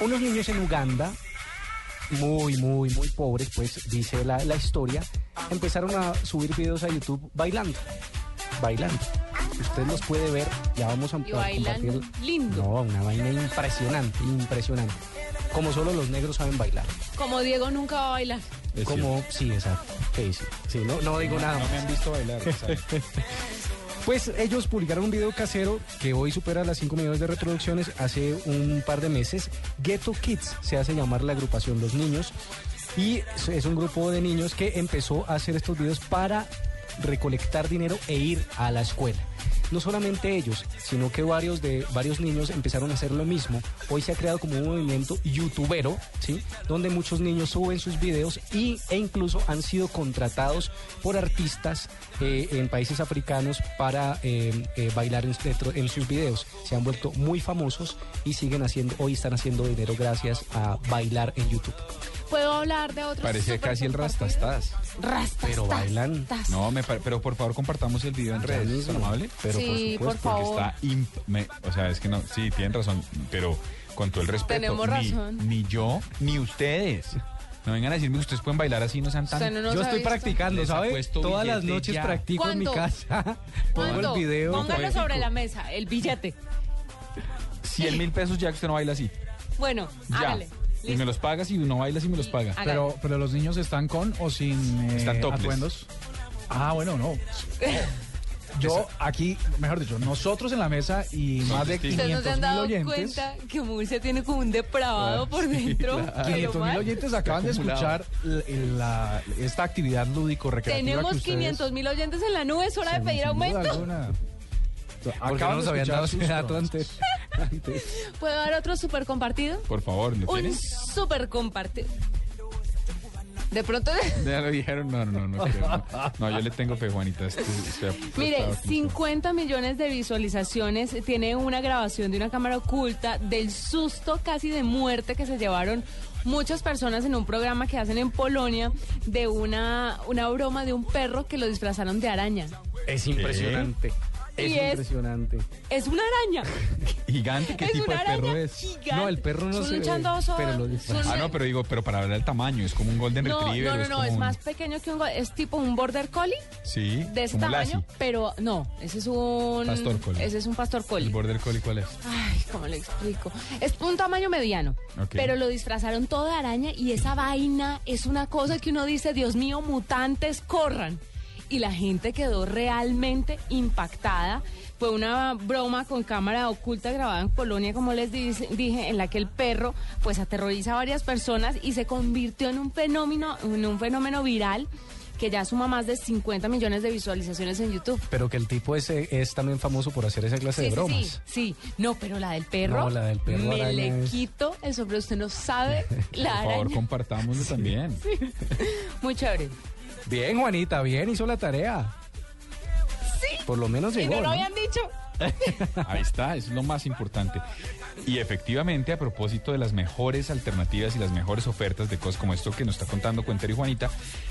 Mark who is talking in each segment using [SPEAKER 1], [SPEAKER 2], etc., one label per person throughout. [SPEAKER 1] unos niños en Uganda, muy, muy, muy pobres, pues dice la, la historia, empezaron a subir videos a YouTube bailando. Bailando. Usted los puede ver, ya vamos a
[SPEAKER 2] Y
[SPEAKER 1] a
[SPEAKER 2] bailan
[SPEAKER 1] compartir.
[SPEAKER 2] lindo.
[SPEAKER 1] No, una vaina impresionante, impresionante. Como solo los negros saben bailar.
[SPEAKER 2] Como Diego nunca va a bailar.
[SPEAKER 3] Es
[SPEAKER 1] Como, sí, exacto. Sí, sí. Sí, no, no digo nada.
[SPEAKER 3] Ah, No me han visto bailar. exacto.
[SPEAKER 1] Pues ellos publicaron un video casero que hoy supera las 5 millones de reproducciones hace un par de meses. Ghetto Kids se hace llamar la agrupación Los Niños. Y es- es un grupo de niños que empezó a hacer estos videos para recolectar dinero e ir a la escuela. No solamente ellos, sino que varios de varios niños empezaron a hacer lo mismo. Hoy se ha creado como un movimiento youtubero, ¿sí? Donde muchos niños suben sus videos y, e incluso han sido contratados por artistas eh, en países africanos para eh, eh, bailar en, dentro- en sus videos. Se han vuelto muy famosos y siguen haciendo, hoy están haciendo dinero gracias a bailar en YouTube.
[SPEAKER 2] ¿Puedo hablar de otros?
[SPEAKER 3] Parece
[SPEAKER 2] súper
[SPEAKER 3] casi el
[SPEAKER 2] compartidos?
[SPEAKER 3] Rastastas.
[SPEAKER 2] Rastas.
[SPEAKER 1] Pero bailan.
[SPEAKER 2] tas.
[SPEAKER 3] No, me par- pero por favor compartamos el video en
[SPEAKER 1] Ya
[SPEAKER 3] redes,
[SPEAKER 1] mismo.
[SPEAKER 3] ¿no amable?
[SPEAKER 1] Pero
[SPEAKER 2] Sí,
[SPEAKER 1] por
[SPEAKER 2] por
[SPEAKER 1] supuesto.
[SPEAKER 3] Porque
[SPEAKER 2] favor.
[SPEAKER 3] está... imp- me- o sea, es que no... Sí, tienen razón, pero con todo el respeto.
[SPEAKER 2] Tenemos
[SPEAKER 3] ni,
[SPEAKER 2] razón.
[SPEAKER 3] Ni yo, ni ustedes. No vengan a decirme, ustedes pueden bailar así, no sean tan...
[SPEAKER 2] Usted no nos
[SPEAKER 1] Yo
[SPEAKER 2] ha
[SPEAKER 1] estoy
[SPEAKER 2] visto.
[SPEAKER 1] practicando,
[SPEAKER 3] Les
[SPEAKER 1] ¿sabes?
[SPEAKER 3] apuesto
[SPEAKER 1] Todas las
[SPEAKER 3] billete
[SPEAKER 1] noches
[SPEAKER 3] ya.
[SPEAKER 1] practico en mi
[SPEAKER 2] ¿Cuándo?
[SPEAKER 1] casa. Pongo el
[SPEAKER 2] ¿Cuándo?
[SPEAKER 1] video.
[SPEAKER 2] Póngalo
[SPEAKER 3] poético.
[SPEAKER 2] sobre la mesa, el billete.
[SPEAKER 3] 100 mil pesos ya que usted no baila así.
[SPEAKER 2] Bueno,
[SPEAKER 3] Ya.
[SPEAKER 2] hágale.
[SPEAKER 3] Y me los pagas y no bailas y me los paga.
[SPEAKER 2] Hágale.
[SPEAKER 4] Pero, pero los niños están con o sin eh,
[SPEAKER 3] Están topless.
[SPEAKER 4] atuendos. Ah, bueno, no. Yo aquí, mejor dicho, nosotros en la mesa y
[SPEAKER 3] Son
[SPEAKER 4] más de
[SPEAKER 3] distintos.
[SPEAKER 2] ¿Ustedes no se
[SPEAKER 4] 500
[SPEAKER 2] han
[SPEAKER 4] mil
[SPEAKER 2] dado
[SPEAKER 4] oyentes.
[SPEAKER 2] cuenta que Murcia tiene como un depravado por dentro? que lo
[SPEAKER 4] 500 Ah, mil
[SPEAKER 2] mal?
[SPEAKER 4] oyentes acaban de
[SPEAKER 3] acumulado.
[SPEAKER 4] escuchar l- el- la- esta actividad lúdico recreativa.
[SPEAKER 2] Tenemos
[SPEAKER 4] que ustedes-
[SPEAKER 2] 500 mil oyentes en la nube, es hora de
[SPEAKER 4] Sin
[SPEAKER 2] pedir
[SPEAKER 4] duda
[SPEAKER 2] aumento.
[SPEAKER 4] alguna.
[SPEAKER 1] Porque
[SPEAKER 4] Acaban
[SPEAKER 1] no nos
[SPEAKER 4] de
[SPEAKER 1] habían
[SPEAKER 4] escuchar
[SPEAKER 1] dado ese
[SPEAKER 4] sus
[SPEAKER 1] dato
[SPEAKER 4] tonos.
[SPEAKER 1] antes. antes.
[SPEAKER 2] ¿Puedo dar otro super compartido?
[SPEAKER 3] Por favor, ¿lo
[SPEAKER 2] Un
[SPEAKER 3] tienes?
[SPEAKER 2] super compartido. De pronto,
[SPEAKER 3] Ya lo dijeron, no, no, no, no, creo, no. No, yo le tengo fe, Juanita. este- este- este-
[SPEAKER 2] mire,
[SPEAKER 3] este-
[SPEAKER 2] 50 millones de visualizaciones eh, tiene una grabación de una cámara oculta del susto casi de muerte que se llevaron muchas personas en un programa que hacen en Polonia de una, una broma de un perro que lo disfrazaron de araña.
[SPEAKER 1] Es
[SPEAKER 4] ¿Eh?
[SPEAKER 1] impresionante. Es
[SPEAKER 2] Y es-
[SPEAKER 1] impresionante.
[SPEAKER 2] Es una araña.
[SPEAKER 3] Gigante, ¿qué
[SPEAKER 2] es
[SPEAKER 3] tipo
[SPEAKER 2] una
[SPEAKER 3] de perro
[SPEAKER 2] araña
[SPEAKER 3] es?
[SPEAKER 2] gigante.
[SPEAKER 1] No, el perro no
[SPEAKER 2] Son
[SPEAKER 1] se ve,
[SPEAKER 2] luchando
[SPEAKER 1] pero lo disfrazan.
[SPEAKER 3] Ah, no, pero digo, pero para ver el tamaño, es como un golden
[SPEAKER 2] no,
[SPEAKER 3] retriever.
[SPEAKER 2] no, no, no,
[SPEAKER 3] como
[SPEAKER 2] es
[SPEAKER 3] un-
[SPEAKER 2] más pequeño que un go- es tipo un border collie
[SPEAKER 3] Sí,
[SPEAKER 2] de ese
[SPEAKER 3] como un
[SPEAKER 2] tamaño,
[SPEAKER 3] lassie.
[SPEAKER 2] pero no, ese es un
[SPEAKER 3] Pastor collie.
[SPEAKER 2] Ese es un pastor
[SPEAKER 3] ¿El
[SPEAKER 2] collie.
[SPEAKER 3] border collie cuál es?
[SPEAKER 2] Ay, ¿cómo le explico? Es un tamaño mediano,
[SPEAKER 3] Ok.
[SPEAKER 2] pero lo disfrazaron todo de araña y esa vaina es una cosa que uno dice, Dios mío, mutantes, corran. Y la gente quedó realmente impactada. Fue una broma con cámara oculta grabada en Polonia, como les dice- dije, en la que el perro pues aterroriza a varias personas y se convirtió en un fenómeno, en un fenómeno viral que ya suma más de 50 millones de visualizaciones en YouTube.
[SPEAKER 1] Pero que el tipo ese es también famoso por hacer esa clase de bromas.
[SPEAKER 2] Sí, sí. no, pero la del perro.
[SPEAKER 1] No, la del perro
[SPEAKER 2] Me
[SPEAKER 1] araña
[SPEAKER 2] le
[SPEAKER 1] es-
[SPEAKER 2] quito el sombrero. Usted no sabe la
[SPEAKER 3] Por favor,
[SPEAKER 2] araña.
[SPEAKER 3] compartámoslo también.
[SPEAKER 2] Muy chévere.
[SPEAKER 1] Bien, Juanita, bien, hizo la tarea. Sí. Por lo menos
[SPEAKER 2] Y
[SPEAKER 1] llegó.
[SPEAKER 2] no lo
[SPEAKER 1] ¿no?
[SPEAKER 2] habían dicho.
[SPEAKER 3] Ahí está, es lo más importante. Y efectivamente, a propósito de las mejores alternativas y las mejores ofertas de cosas como esto que nos está contando Cuentero y Juanita,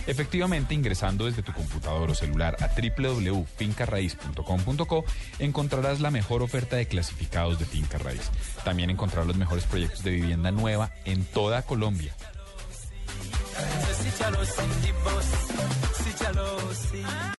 [SPEAKER 3] efectivamente ingresando desde tu computador o celular a www.fincarraiz.com.co encontrarás la mejor oferta de clasificados de Finca Raíz. También encontrarás los mejores proyectos de vivienda nueva en toda Colombia.